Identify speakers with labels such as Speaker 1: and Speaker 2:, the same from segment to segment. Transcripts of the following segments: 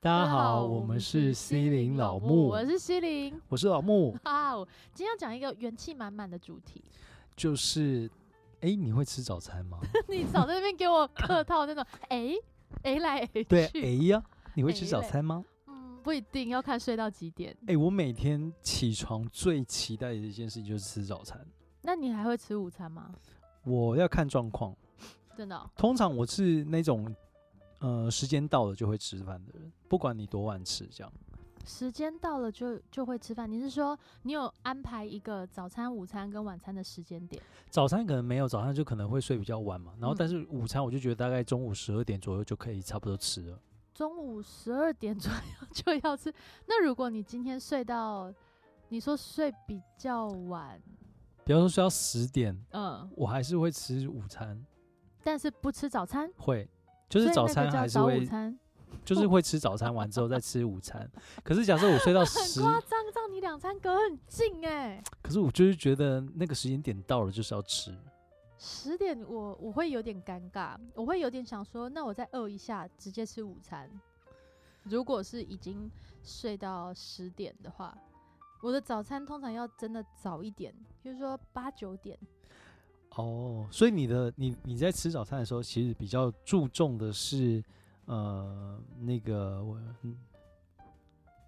Speaker 1: 大家好，我们是西林老木，
Speaker 2: 我是西林。
Speaker 1: 我是老木，
Speaker 2: 哇哦，今天要讲一个元气满满的主题。
Speaker 1: 就是，哎，你会吃早餐 吗？
Speaker 2: 你早在那边给我客 套那种，哎哎来哎
Speaker 1: 对，
Speaker 2: 去，
Speaker 1: 哎呀，你会吃
Speaker 2: 哎
Speaker 1: 早
Speaker 2: 嘞
Speaker 1: 餐吗？
Speaker 2: 嗯，不一定要看睡到几点。
Speaker 1: 哎，我每天起床最期待的一件事情就是吃早餐，
Speaker 2: 那你还会吃午餐吗？
Speaker 1: 我要看状况。
Speaker 2: 真的哦、
Speaker 1: 通常我是那种，呃，时间到了就会吃饭的人，不管你多晚吃，这样。
Speaker 2: 时间到了就就会吃饭。你是说你有安排一个早餐、午餐跟晚餐的时间点？
Speaker 1: 早餐可能没有，早上就可能会睡比较晚嘛。然后，
Speaker 2: 嗯
Speaker 1: 但是午餐我就觉得大概中午十二点左右就可以差不多吃了。
Speaker 2: 中午十二点左右就要吃。 那如果你今天睡到，你说睡比较晚，
Speaker 1: 比方说睡到十点，
Speaker 2: 嗯，
Speaker 1: 我还是会吃午餐，
Speaker 2: 但是不吃早餐，
Speaker 1: 会就是早餐还是
Speaker 2: 所以那个
Speaker 1: 会
Speaker 2: 叫早午，餐。
Speaker 1: 就是会吃早餐完之后再吃午餐。可是假设我睡 到十
Speaker 2: 很，夸张，这样你两餐隔很近哎、
Speaker 1: 可是我就是觉得那个时间点到了就是要吃。
Speaker 2: 十点我我会有点尴尬，我会有点想说，那我再饿一下，直接吃午餐。如果是已经睡到十点的话，我的早餐通常要真的早一点，比如说八九点。
Speaker 1: 哦，所以你的你你在吃早餐的时候，其实比较注重的是呃那个我 嗯
Speaker 2: 你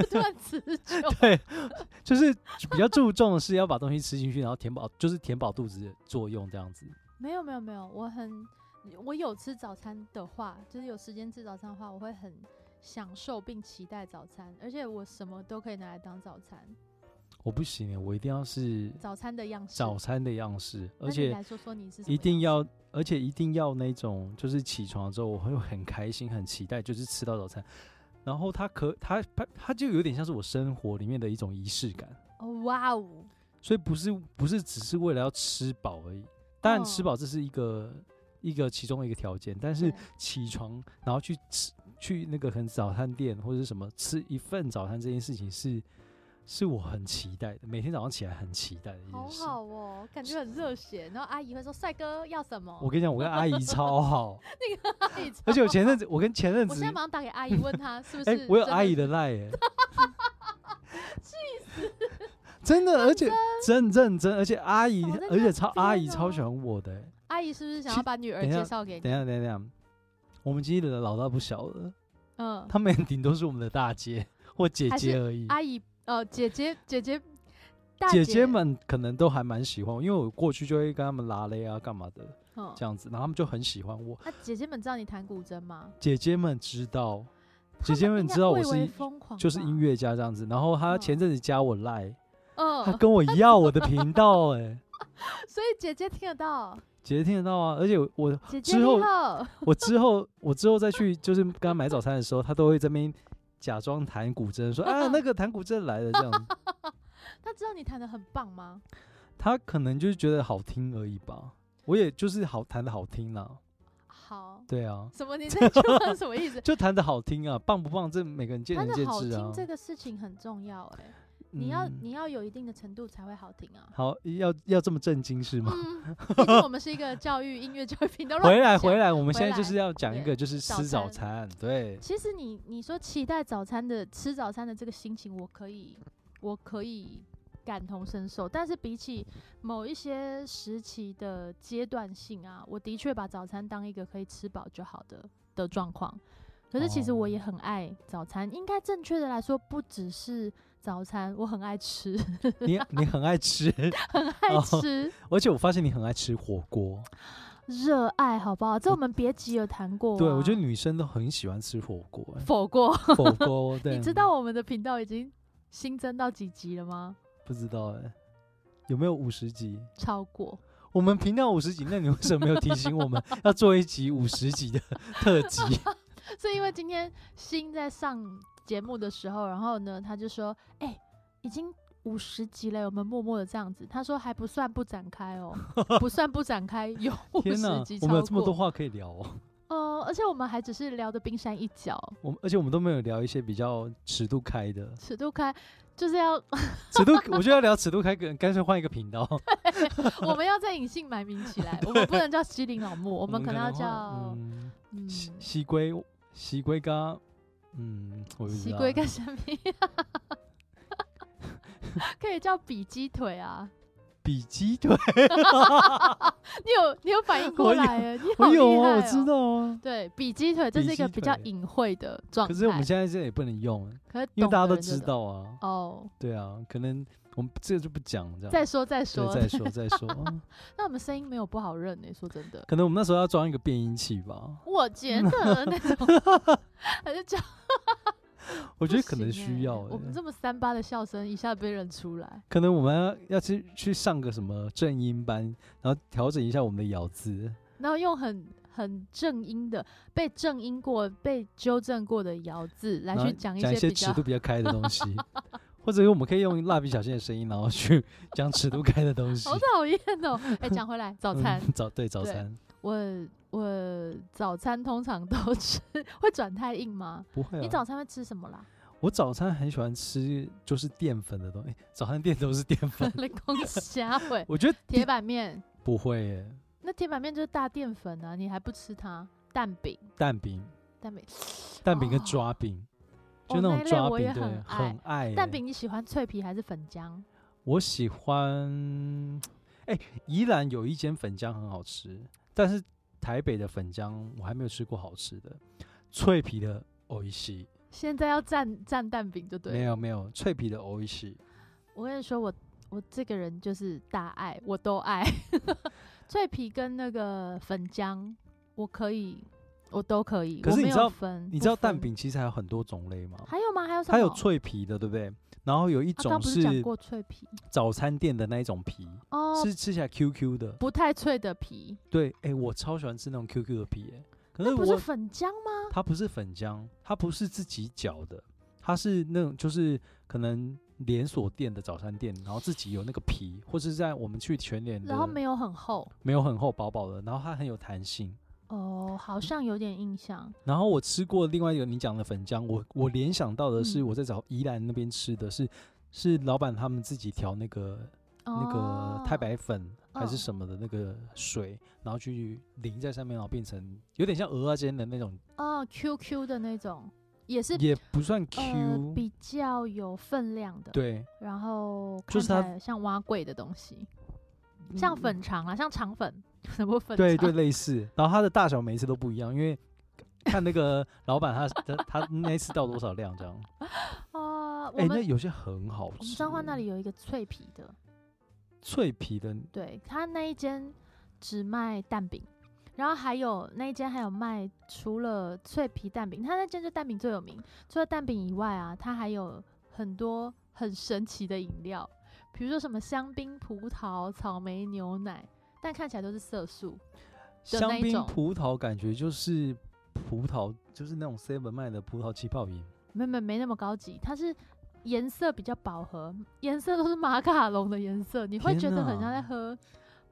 Speaker 2: 为 突然持久？
Speaker 1: 对，就是比较注重的是要把东西吃进去，然后填饱，就是填饱肚子的作用这样子。
Speaker 2: 没有没有没有，我很我有吃早餐的话，就是有时间吃早餐的话，我会很享受并期待早餐，而且我什么都可以拿来当早餐，
Speaker 1: 我不行耶，欸我一定要是
Speaker 2: 早餐的样式。
Speaker 1: 早餐的样式，
Speaker 2: 那
Speaker 1: 而
Speaker 2: 你
Speaker 1: 且
Speaker 2: 来说说你是什么
Speaker 1: 一定
Speaker 2: 样
Speaker 1: 要，
Speaker 2: 式
Speaker 1: 而且一定要那种，就是起床之后我会很开心、很期待，就是吃到早餐。然后它可它它它就有点像是我生活里面的一种仪式感，
Speaker 2: 哦哇哦。
Speaker 1: 所以不是不是只是为了要吃饱而已。当然，
Speaker 2: 哦
Speaker 1: 吃饱这是一个、一个其中的一个条件，但是
Speaker 2: 对
Speaker 1: 起床然后去吃去那个很早餐店或者是什么吃一份早餐这件事情是是我很期待的，每天早上起来很期待的一
Speaker 2: 好
Speaker 1: 件事。
Speaker 2: 好哦，感觉很热血。然后阿姨会说：“帅哥要什么？”
Speaker 1: 我跟你讲，我跟阿姨超好，
Speaker 2: 阿姨超
Speaker 1: 而且我 前阵子我跟前阵
Speaker 2: 我
Speaker 1: 子
Speaker 2: 现在马上打给阿姨，问她是不是、
Speaker 1: 哎、我有阿姨，的赖 耶、真的，而且真认真，而且阿姨
Speaker 2: 哦我在，
Speaker 1: 而且
Speaker 2: 那
Speaker 1: 超阿姨
Speaker 2: 边
Speaker 1: 超
Speaker 2: 哦
Speaker 1: 喜欢我的、欸。
Speaker 2: 阿姨是不是想
Speaker 1: 其
Speaker 2: 要把女儿
Speaker 1: 等一下
Speaker 2: 介绍给你？
Speaker 1: 等一下，等一下，我们今天的老大不小了，
Speaker 2: 嗯，
Speaker 1: 他们也 顶多是我们的大姐或姐
Speaker 2: 还是
Speaker 1: 姐而已。
Speaker 2: 阿姨呃，姐姐姐姐大
Speaker 1: 姐姐们可能都还蛮喜欢我，因为我过去就会跟他们拉勒啊，干嘛的
Speaker 2: 嗯
Speaker 1: 这样子，然后他们就很喜欢我。
Speaker 2: 那姐姐们知道你弹古筝吗？
Speaker 1: 姐姐们知道，姐姐
Speaker 2: 他
Speaker 1: 们
Speaker 2: 应该
Speaker 1: 知道我
Speaker 2: 蔚为
Speaker 1: 是
Speaker 2: 疯狂，
Speaker 1: 就是音。乐家这样子，然后她
Speaker 2: 嗯
Speaker 1: 前阵子加我赖，
Speaker 2: 嗯
Speaker 1: 她，跟我要我的频道、哎。
Speaker 2: 所以姐姐听得到，
Speaker 1: 姐姐听得到啊，而且我我
Speaker 2: 姐姐
Speaker 1: 之
Speaker 2: 你
Speaker 1: 后
Speaker 2: 好，
Speaker 1: 我之后我之后再去就是跟她买早餐的时候，她都会这边假装弹古筝， 说啊那个弹古筝来了这样子，
Speaker 2: 她知道你弹的很棒吗？
Speaker 1: 她可能就是觉得好听而已吧。我也就是好弹的好听啦、
Speaker 2: 好，
Speaker 1: 对啊，？
Speaker 2: 什么？你 这句话是什么意思
Speaker 1: 就弹的好听啊，棒不棒？这每个人见
Speaker 2: 弹
Speaker 1: 仁
Speaker 2: 的
Speaker 1: 见
Speaker 2: 好
Speaker 1: 智啊
Speaker 2: 听。这个事情很重要哎、你要
Speaker 1: 嗯
Speaker 2: 你要有一定的程度才会好听 啊。
Speaker 1: 好要要这么震惊是吗？
Speaker 2: 嗯，毕竟我们是一个教育音乐教育 频道。
Speaker 1: 回来
Speaker 2: 乱嗯讲
Speaker 1: 回。来，我们
Speaker 2: 回
Speaker 1: 现在就是
Speaker 2: 来
Speaker 1: 要讲一个
Speaker 2: 对
Speaker 1: 就是
Speaker 2: 早
Speaker 1: 吃早餐
Speaker 2: 餐，
Speaker 1: 对，
Speaker 2: 其实你你说期待早餐的吃早餐的这个心情，我可以我可以感同身受。但是比起某一些时期的阶段性啊，我的确把早餐当一个可以吃饱就好的的状况。可是其实
Speaker 1: 哦
Speaker 2: 我也很爱早餐，应该正确的来说，不只是早餐，我很爱吃，
Speaker 1: 你你很爱吃，
Speaker 2: 爱
Speaker 1: 哦
Speaker 2: 吃，
Speaker 1: 而且我发现你很爱吃火锅。
Speaker 2: 热、爱，好不好？这我们别急有谈过、啊
Speaker 1: 对，我觉得女生都很喜欢吃火锅、 欸
Speaker 2: 否过。
Speaker 1: 火锅。对，
Speaker 2: 你知道我们的频道已经新增到几集了吗？
Speaker 1: 不知道、欸？有没有五十集？
Speaker 2: 超过，
Speaker 1: 我们频道五十集，那你为什么没有提醒我们要做一集五十集的特 辑？
Speaker 2: 是因为今天新在上节目的时候，然后呢，他就说：“哎、已经五十集了，我们默默的这样子。”他说：“还不算不展开 哦，不算不展开，有五
Speaker 1: 天
Speaker 2: 十集
Speaker 1: 我们
Speaker 2: 超过。”
Speaker 1: 有这么多话可以聊哦。
Speaker 2: 呃，而且我们还只是聊的冰山一角，
Speaker 1: 我们而且我们都没有聊一些比较尺度开的，
Speaker 2: 尺度开就是要
Speaker 1: 尺度我觉得要聊尺度开，干干脆换一个频道。
Speaker 2: 我们要再隐姓 埋名起来，我们不能叫西林老木，我
Speaker 1: 我
Speaker 2: 们可能要
Speaker 1: 换
Speaker 2: 叫
Speaker 1: 嗯
Speaker 2: 嗯
Speaker 1: 西西归西龟咖，嗯，我也不知
Speaker 2: 西
Speaker 1: 道
Speaker 2: 龟干什么？ 可以叫比鸡腿啊！
Speaker 1: 比鸡腿，
Speaker 2: 你有你有反应过
Speaker 1: 我有
Speaker 2: 来耶？你
Speaker 1: 我
Speaker 2: 好厉害、
Speaker 1: 有
Speaker 2: 哦
Speaker 1: 啊，我知。道啊。
Speaker 2: 对，比鸡腿这
Speaker 1: 比
Speaker 2: 是一个
Speaker 1: 鸡
Speaker 2: 比较
Speaker 1: 腿
Speaker 2: 隐晦的状态。
Speaker 1: 可是我们现在这也不能用，啊
Speaker 2: 可是
Speaker 1: 因为
Speaker 2: 懂
Speaker 1: 大家
Speaker 2: 的
Speaker 1: 都
Speaker 2: 人就
Speaker 1: 知
Speaker 2: 懂
Speaker 1: 道啊。
Speaker 2: 哦。
Speaker 1: 对啊，可能我们这个就不讲这样。
Speaker 2: 再说再说，
Speaker 1: 对，再说再 说、嗯
Speaker 2: 那我们声音没有不好认呢、说真的，
Speaker 1: 可能我们那时候要装一个变音器吧，
Speaker 2: 我 觉得那种 还是叫，
Speaker 1: 我
Speaker 2: 我
Speaker 1: 觉得可能需要、
Speaker 2: 我们
Speaker 1: 欸。
Speaker 2: 这么三八的笑声一下被认出来，
Speaker 1: 可能我们要要去去上个什么正音班，然后调整一下我们的咬字。
Speaker 2: 然后用很很正音的被正音过、被纠正过的咬字来
Speaker 1: 然后
Speaker 2: 去讲一
Speaker 1: 讲一
Speaker 2: 些
Speaker 1: 些
Speaker 2: 比
Speaker 1: 尺
Speaker 2: 较
Speaker 1: 度比较开的 东西，或者我们可以用蜡笔小新的声音，然后 去讲尺度开的东西。
Speaker 2: 好讨厌哦！ 哎，讲回来，早餐，
Speaker 1: 嗯、早对早
Speaker 2: 对
Speaker 1: 餐
Speaker 2: 我我早餐通常都吃， 会转太硬吗？
Speaker 1: 不会啊。
Speaker 2: 你早餐会吃 什么啦？
Speaker 1: 我早餐很喜欢吃就是淀粉的东西，早餐店都是淀粉。
Speaker 2: 你公虾会
Speaker 1: 我觉得
Speaker 2: 铁
Speaker 1: 淀
Speaker 2: 板面，
Speaker 1: 不会耶，
Speaker 2: 那铁板面就是大淀粉啊，你还不吃它？蛋饼，
Speaker 1: 蛋饼、
Speaker 2: 蛋饼，
Speaker 1: 蛋饼跟
Speaker 2: 哦
Speaker 1: 抓饼，
Speaker 2: 哦
Speaker 1: 就
Speaker 2: 那
Speaker 1: 种
Speaker 2: 一类
Speaker 1: 抓
Speaker 2: 我
Speaker 1: 饼，
Speaker 2: 也
Speaker 1: 对，
Speaker 2: 很爱
Speaker 1: 很爱耶
Speaker 2: 蛋饼你喜欢脆皮还是粉浆？
Speaker 1: 我喜欢，哎、宜兰有一间粉浆很好吃，但是台北的粉浆我还没有吃过好吃的，脆皮的欧一西
Speaker 2: 现在要蘸蘸蛋饼就
Speaker 1: 没
Speaker 2: 对了。
Speaker 1: 有没有脆皮的欧一西，
Speaker 2: 我跟你说，我我这个人就是大爱，我都爱 脆皮跟那个粉浆，我可以，我都可以。
Speaker 1: 可是
Speaker 2: 我
Speaker 1: 你
Speaker 2: 没
Speaker 1: 知道
Speaker 2: 有分，
Speaker 1: 你
Speaker 2: 不
Speaker 1: 知道蛋
Speaker 2: 分
Speaker 1: 饼其实还有很多种类吗？
Speaker 2: 还有吗？还有什么？
Speaker 1: 它有脆皮的，对不对？然后有一
Speaker 2: 啊刚
Speaker 1: 种
Speaker 2: 不是讲
Speaker 1: 是
Speaker 2: 过脆皮
Speaker 1: 早餐店的那一种皮，
Speaker 2: 哦，
Speaker 1: 是吃起来 QQ 的。
Speaker 2: 不太脆的皮，
Speaker 1: 对，哎、我超喜欢吃那种 QQ 的皮、哎，可是
Speaker 2: 那
Speaker 1: 我
Speaker 2: 不是粉浆 吗？
Speaker 1: 它不是粉浆，它不是自己搅的，它是那种就是可能连锁店的早餐店，然后自己有那个皮，或是在我们去全联的，
Speaker 2: 然后没有很厚
Speaker 1: 没有很厚薄薄的，然后它很有弹性。
Speaker 2: 哦，好像有点印象。
Speaker 1: 然后我吃过另外一个你讲的粉浆，我我联想到的是
Speaker 2: 嗯
Speaker 1: 我在找宜兰那边吃的是是老板他们自己调那个那个太
Speaker 2: 哦
Speaker 1: 白粉还是
Speaker 2: 嗯
Speaker 1: 什么的那个水，然后去淋在上面，然后变成有点像鹅啊煎的那种，
Speaker 2: 哦，QQ 的那种也是
Speaker 1: 也不算 Q，、
Speaker 2: 呃比较有分量的，
Speaker 1: 对，
Speaker 2: 然后
Speaker 1: 就是
Speaker 2: 看
Speaker 1: 它
Speaker 2: 起来像蛙贵的东西，像
Speaker 1: 嗯
Speaker 2: 粉肠啊，像肠粉， 什么粉肠？
Speaker 1: 对对，类似。然后它的大小每一次都不一样，因 为看那个老板他他他那一次倒多少量这样。
Speaker 2: 哦，我
Speaker 1: 哎、那
Speaker 2: 们
Speaker 1: 有些很好吃。
Speaker 2: 我们彰化那里有一个脆皮的，
Speaker 1: 脆皮的，
Speaker 2: 对他那一间只卖蛋饼，然后还有那一间还有卖除了脆皮蛋饼，他那间就蛋饼最有名。除了蛋饼以外啊，他还有很多很神奇的饮料，比如说什么香槟葡萄、草莓牛奶，但看起来都是色素。的那
Speaker 1: 香
Speaker 2: 一
Speaker 1: 槟
Speaker 2: 种
Speaker 1: 葡萄感觉就是葡萄，就是那种 seven 卖的葡萄气泡饮。
Speaker 2: 没没没那么高级，它是颜色比较饱和，颜色都是马卡龙的颜色，你会
Speaker 1: 天
Speaker 2: 觉得很像
Speaker 1: 哪
Speaker 2: 在喝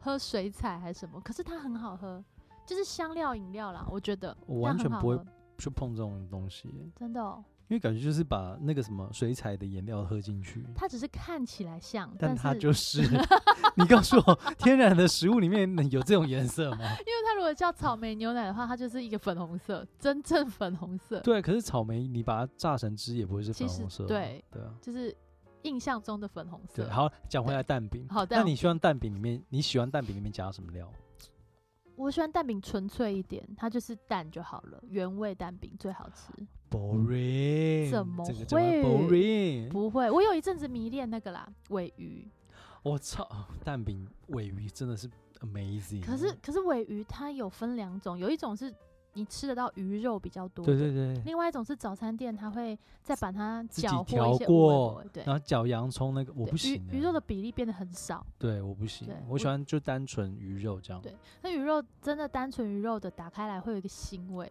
Speaker 2: 喝水彩还是什么，可是它很好喝，就是香料饮料啦，我觉得
Speaker 1: 我
Speaker 2: 但
Speaker 1: 完
Speaker 2: 很
Speaker 1: 全
Speaker 2: 好
Speaker 1: 不会
Speaker 2: 喝
Speaker 1: 去碰这种东西，
Speaker 2: 真的、哦，
Speaker 1: 因为感觉就是把那个什么水彩的颜料喝进去，
Speaker 2: 它只是看起来像，
Speaker 1: 但
Speaker 2: 但
Speaker 1: 它
Speaker 2: 是
Speaker 1: 就是， 你告诉我，天然的食物里面有这种颜色吗？
Speaker 2: 因为它如果叫草莓牛奶的话，它就是一个粉红色，真正粉红色，
Speaker 1: 对，啊可是草莓你把它榨成汁也不会是粉
Speaker 2: 其实
Speaker 1: 红色啊，
Speaker 2: 对
Speaker 1: 对啊。
Speaker 2: 就是印象中的粉红
Speaker 1: 对，
Speaker 2: 色。
Speaker 1: 好，讲回
Speaker 2: 对
Speaker 1: 来蛋饼。
Speaker 2: 好
Speaker 1: 那
Speaker 2: 蛋嗯
Speaker 1: 你希望蛋饼里面，你喜欢蛋饼里面加什么料？
Speaker 2: 我喜欢蛋饼纯粹一点，它就是蛋就好了，原味蛋饼最好吃。
Speaker 1: boring，
Speaker 2: 怎么
Speaker 1: 这个叫做 boring？
Speaker 2: 不会，我有一阵子迷恋那个啦，尾鱼。
Speaker 1: 我操，蛋饼尾鱼真的是 amazing。
Speaker 2: 可是可是尾鱼它有分两种，有一种是你吃得到鱼肉比较多，
Speaker 1: 对对对，
Speaker 2: 另外一种是早餐店它会再把它
Speaker 1: 自
Speaker 2: 搅
Speaker 1: 己
Speaker 2: 和
Speaker 1: 调
Speaker 2: 一些无
Speaker 1: 过
Speaker 2: 味对，
Speaker 1: 然后搅洋葱那个我
Speaker 2: 对
Speaker 1: 不行欸，
Speaker 2: 鱼鱼肉的比例变得很少。
Speaker 1: 对我不行
Speaker 2: 对，
Speaker 1: 我
Speaker 2: 我
Speaker 1: 喜欢就单纯鱼肉这样。
Speaker 2: 对，那鱼肉真的单纯鱼肉的打开来会有一个腥味，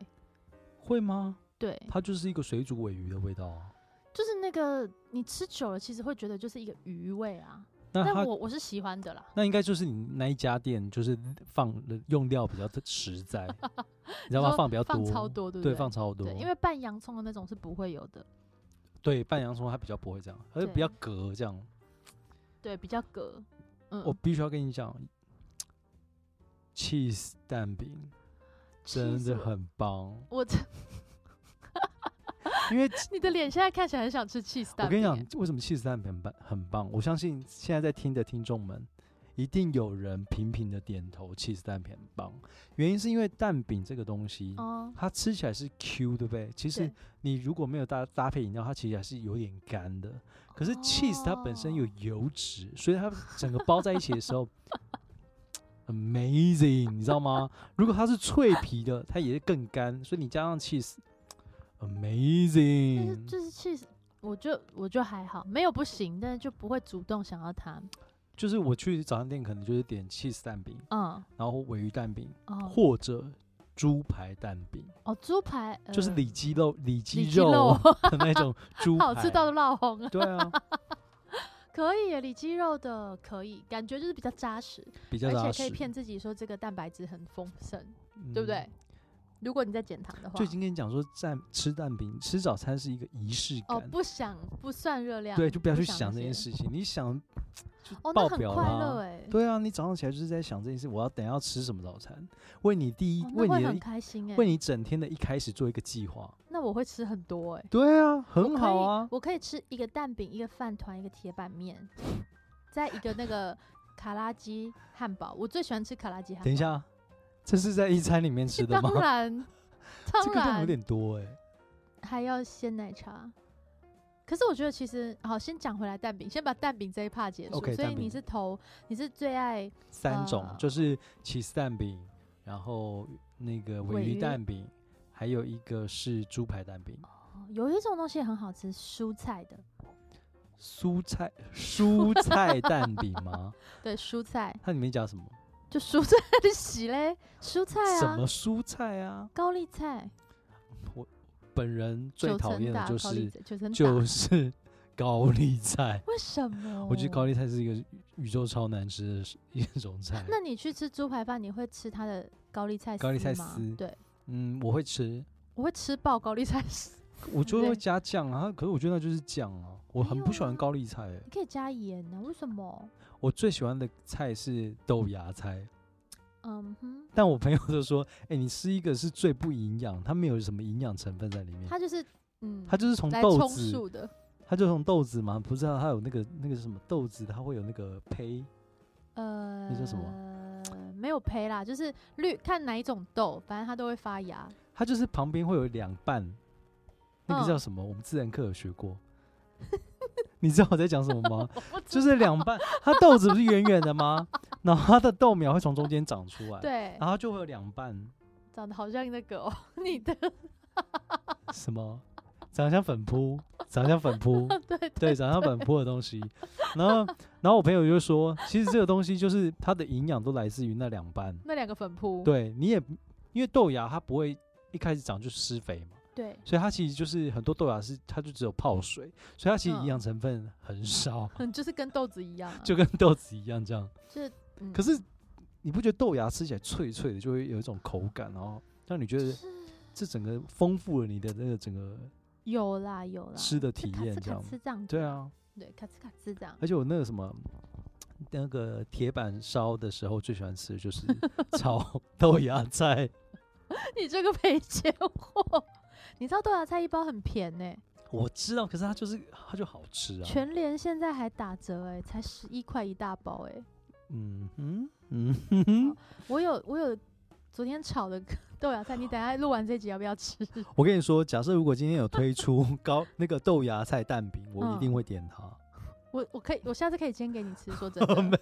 Speaker 1: 会吗？
Speaker 2: 对，
Speaker 1: 它就是一个水煮尾鱼的味道啊。
Speaker 2: 就是那个你吃久了其实会觉得就是一个鱼味啊。
Speaker 1: 那
Speaker 2: 但
Speaker 1: 它
Speaker 2: 我我是喜欢的啦，
Speaker 1: 那应该就是你那一家店就是放的用料比较实 在，你知道吗？
Speaker 2: 说
Speaker 1: 放比较多，
Speaker 2: 放超多，对不
Speaker 1: 对，放超多，
Speaker 2: 对，因为拌洋葱的那种是不会有的，
Speaker 1: 对拌洋葱它比较不会这样，它就比
Speaker 2: 对
Speaker 1: 较隔这样。
Speaker 2: 对，比较隔。嗯，
Speaker 1: 我必须要跟你讲，cheese 蛋饼真
Speaker 2: 气死
Speaker 1: 的
Speaker 2: 我
Speaker 1: 很棒，
Speaker 2: 我这
Speaker 1: 因 为
Speaker 2: 你的脸现在看起来很想吃 cheese 蛋
Speaker 1: 我跟
Speaker 2: 饼
Speaker 1: 你
Speaker 2: 欸。
Speaker 1: 讲，为什么 cheese 蛋饼很棒？很棒，我相信现在在听的听众们，一定有人频频的点头，cheese 蛋饼很棒。原因是因为蛋饼这个东西，
Speaker 2: 哦，
Speaker 1: 它吃起来是 Q，对不对？其实
Speaker 2: 对
Speaker 1: 你如果没有搭搭配饮料，它其实还是有点干的。可是 cheese 它本身有
Speaker 2: 哦
Speaker 1: 油脂，所以它整个包在一起的时候 ，amazing，你知道吗？如果它是脆皮的，它也是更干，所以你加上 cheese，amazing
Speaker 2: 但。是就是 cheese，我就我就还好，没有不行，但是就不会主动想要它。
Speaker 1: 就是我去早餐店，可能就是点 cheese 蛋饼，
Speaker 2: 嗯，
Speaker 1: 然后鲔鱼蛋饼，
Speaker 2: 哦
Speaker 1: 或者猪排蛋饼，
Speaker 2: 哦，猪排、呃、
Speaker 1: 就是里脊肉、里脊
Speaker 2: 里脊肉
Speaker 1: 的那种猪排。
Speaker 2: 好吃到老红啊，
Speaker 1: 对啊，
Speaker 2: 可以耶，里脊肉的可以，感觉就是比较扎实，
Speaker 1: 比较
Speaker 2: 而
Speaker 1: 扎
Speaker 2: 且可
Speaker 1: 实
Speaker 2: 以，骗自己说这个蛋白质很丰盛，
Speaker 1: 嗯
Speaker 2: 对不对？？如果你在减糖的话，
Speaker 1: 就已经跟你讲说，在吃蛋饼、吃早餐是一个仪式
Speaker 2: 哦，
Speaker 1: 感，
Speaker 2: 不想不算热量，
Speaker 1: 对，就不要去
Speaker 2: 想
Speaker 1: 想这件
Speaker 2: 些。
Speaker 1: 事情。你想就
Speaker 2: 哦，那
Speaker 1: 爆
Speaker 2: 很
Speaker 1: 表
Speaker 2: 快乐
Speaker 1: 啦。
Speaker 2: 哎，
Speaker 1: 对啊，你早上起来就是在想这件事，我要等一下要吃什么早餐，为你第一，
Speaker 2: 哦，
Speaker 1: 为
Speaker 2: 那
Speaker 1: 你
Speaker 2: 会
Speaker 1: 的
Speaker 2: 很
Speaker 1: 一，
Speaker 2: 开心哎
Speaker 1: 为。你整天的一开始做一个计划。
Speaker 2: 那我会吃很多哎，
Speaker 1: 对啊，
Speaker 2: 我
Speaker 1: 很
Speaker 2: 可
Speaker 1: 好
Speaker 2: 以
Speaker 1: 啊。
Speaker 2: 我可以吃一个蛋饼，一个饭团，一个铁板面，再一个那个卡拉鸡汉堡。我最喜欢吃卡拉鸡汉堡。
Speaker 1: 等一，下，这是在一餐里面吃的吗
Speaker 2: 当？然，当
Speaker 1: 这个量有
Speaker 2: 然，
Speaker 1: 点多哎、
Speaker 2: 还要鲜奶茶。可是我觉得其实好，先讲回来蛋饼，先把蛋饼这一趴结束。
Speaker 1: OK，
Speaker 2: 所以
Speaker 1: 蛋饼
Speaker 2: 你是投，你是最爱
Speaker 1: 三种、
Speaker 2: 呃
Speaker 1: 就是起司蛋饼，然后那个鲔
Speaker 2: 鲔
Speaker 1: 鱼
Speaker 2: 鱼
Speaker 1: 蛋饼，还有一个是猪排蛋饼。
Speaker 2: 哦有一种东西也很好吃，蔬菜的，
Speaker 1: 蔬 菜蔬菜蛋饼吗？
Speaker 2: 对，蔬菜
Speaker 1: 它里面加什么？
Speaker 2: 就蔬菜的洗嘞，蔬菜
Speaker 1: 什
Speaker 2: 啊
Speaker 1: 么，蔬菜啊？
Speaker 2: 高丽菜，
Speaker 1: 本人最
Speaker 2: 九
Speaker 1: 讨
Speaker 2: 层
Speaker 1: 厌的
Speaker 2: 塔
Speaker 1: 就
Speaker 2: 高
Speaker 1: 是
Speaker 2: 丽菜，九层
Speaker 1: 就
Speaker 2: 塔，
Speaker 1: 是 高丽菜。
Speaker 2: 为什么？
Speaker 1: 我觉得高丽菜是一个宇宙超难吃的一种菜。
Speaker 2: 那你去吃猪排饭，你会吃它的高丽菜
Speaker 1: 高丽菜
Speaker 2: 吗
Speaker 1: 丝
Speaker 2: 对，
Speaker 1: 嗯，我会吃，
Speaker 2: 我会吃爆高丽菜丝，
Speaker 1: 我就
Speaker 2: 对
Speaker 1: 会加酱啊，可是我觉得那就是酱啊，我
Speaker 2: 没
Speaker 1: 很
Speaker 2: 有
Speaker 1: 不喜欢
Speaker 2: 啊
Speaker 1: 高丽菜、欸。
Speaker 2: 你可以加盐呢、为什么？
Speaker 1: 我最喜欢的菜是豆芽菜，
Speaker 2: 嗯哼，
Speaker 1: 但我朋友就说：“ 哎、你吃一个是最不营养，它没有什么营养成分在里面，
Speaker 2: 它就是嗯，
Speaker 1: 它就是从
Speaker 2: 来
Speaker 1: 豆
Speaker 2: 充
Speaker 1: 子，
Speaker 2: 数的
Speaker 1: 它就从豆子嘛，不知道它有那个那个是什么豆子，它会有那个胚，
Speaker 2: 呃，
Speaker 1: 那叫什么？
Speaker 2: 没有胚啦，就是绿，看哪一种豆，反正它都会发芽。
Speaker 1: 它就是旁边会有两瓣，那个
Speaker 2: 嗯
Speaker 1: 叫什么？我们自然课有学过， 你知道我在讲什么吗？
Speaker 2: 我不知
Speaker 1: 就是两瓣，它豆子不是圆圆的吗？ 然后它的豆苗会从中间长出来，
Speaker 2: 对，
Speaker 1: 然后就会有两瓣
Speaker 2: 长得好像那个、哦、 你的，
Speaker 1: 什么，长得像粉扑，长得像粉扑。”
Speaker 2: 对对
Speaker 1: 对，长相本坡的东西。然后，然后我朋友就说，其实这个东西就是它的营养都来自于那两斑。
Speaker 2: 那两个粉扑，
Speaker 1: 对，你也因为豆芽它不会一开始长就施肥嘛，
Speaker 2: 对，
Speaker 1: 所以它其实就是很多豆芽是它就只有泡水，所以它其实营
Speaker 2: 嗯
Speaker 1: 养成分很少，
Speaker 2: 嗯，就是跟豆子一样、啊，
Speaker 1: 就跟豆子一样这样。
Speaker 2: 就是、嗯
Speaker 1: 可是你不觉得豆芽吃起来脆脆的，就会有一种口感，然后让你觉得这整个丰富了你的那个整个
Speaker 2: 有啦有啦，
Speaker 1: 吃的体
Speaker 2: 咔
Speaker 1: 验
Speaker 2: 哧
Speaker 1: 这
Speaker 2: 咔
Speaker 1: 样？
Speaker 2: 哧这样，
Speaker 1: 对，啊。
Speaker 2: 对，咔哧咔哧这样。
Speaker 1: 而且我那个什么，那个铁板烧的时候最喜欢吃的就是 炒豆芽菜。
Speaker 2: 你这个赔钱货！你知道豆芽菜一包很便宜、欸，
Speaker 1: 我知道，可是它就是它就好吃啊。
Speaker 2: 全联现在还打折哎、才十一块一大包哎、
Speaker 1: 嗯嗯嗯哼哼，
Speaker 2: 我有我有昨天炒的 豆芽菜，你等一下录完这集要不要吃？
Speaker 1: 我跟你说，假设如果今天有推 出高那个豆芽菜蛋饼，我一
Speaker 2: 嗯
Speaker 1: 定会点它。
Speaker 2: 我我可以，我下次可以煎给你吃。说真的，
Speaker 1: 哦没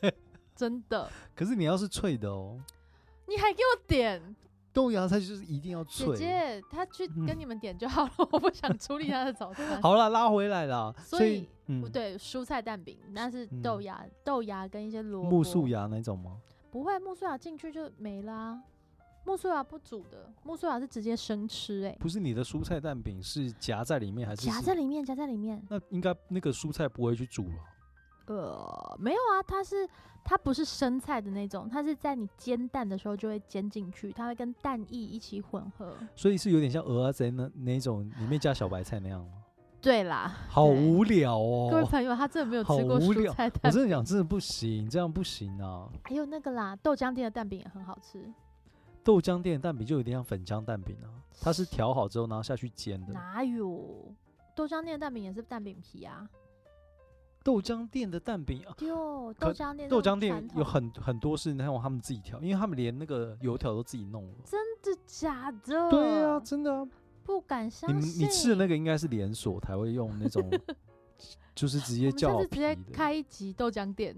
Speaker 2: 真的，
Speaker 1: 可是你要是脆的哦，
Speaker 2: 你还给我点，
Speaker 1: 豆芽菜就是一定要
Speaker 2: 姐
Speaker 1: 脆。嗯
Speaker 2: 姐她去跟你们点就好了，我不想处理她的早餐。
Speaker 1: 好了，拉回来啦。
Speaker 2: 所
Speaker 1: 所以
Speaker 2: 以
Speaker 1: 嗯，
Speaker 2: 对，蔬菜蛋饼那是
Speaker 1: 嗯
Speaker 2: 豆芽、豆芽跟一些萝卜。
Speaker 1: 木素芽那种吗？
Speaker 2: 不会，木素芽进去就没啦、木素芽不煮的，木素芽是直接生吃、欸，
Speaker 1: 不是你的蔬菜蛋饼是夹在里面还是
Speaker 2: 夹
Speaker 1: 是
Speaker 2: 在里面，夹在里面。
Speaker 1: 那应该那个蔬菜不会去煮了。
Speaker 2: 呃，没有啊，它是它不是生菜的那种，它是在你煎蛋的时候就会煎进去，它会跟蛋液一起混合。
Speaker 1: 所以是有点像鹅啊贼那那一种里面加小白菜那样吗？
Speaker 2: 对啦，
Speaker 1: 好
Speaker 2: 对
Speaker 1: 无聊
Speaker 2: 各位
Speaker 1: 哦！
Speaker 2: 朋友，他真的没有
Speaker 1: 好
Speaker 2: 吃过
Speaker 1: 无聊
Speaker 2: 蔬菜
Speaker 1: 我
Speaker 2: 蛋饼，
Speaker 1: 真的讲，真的不行，这样不行啊！
Speaker 2: 还有那个啦，豆浆店的蛋饼也很好吃。
Speaker 1: 豆浆店的蛋饼就有点像粉浆蛋饼啊，它是调好之后然后下去煎的。
Speaker 2: 哪有豆浆店的蛋饼也是蛋饼皮啊？
Speaker 1: 豆浆店的蛋饼啊，
Speaker 2: 哟，
Speaker 1: 可
Speaker 2: 豆浆店
Speaker 1: 豆
Speaker 2: 那种
Speaker 1: 浆店
Speaker 2: 传
Speaker 1: 有
Speaker 2: 统
Speaker 1: 很很多是那种他们自己调，因为他们连那个油条都自己弄了。
Speaker 2: 真的假的？
Speaker 1: 对啊，真的啊，
Speaker 2: 不敢相
Speaker 1: 你们
Speaker 2: 信。
Speaker 1: 你吃的那个应该是连锁才会用那 种，就是直
Speaker 2: 我
Speaker 1: 接
Speaker 2: 们下
Speaker 1: 叫
Speaker 2: 次直
Speaker 1: 皮
Speaker 2: 接
Speaker 1: 的。
Speaker 2: 开一集豆浆店，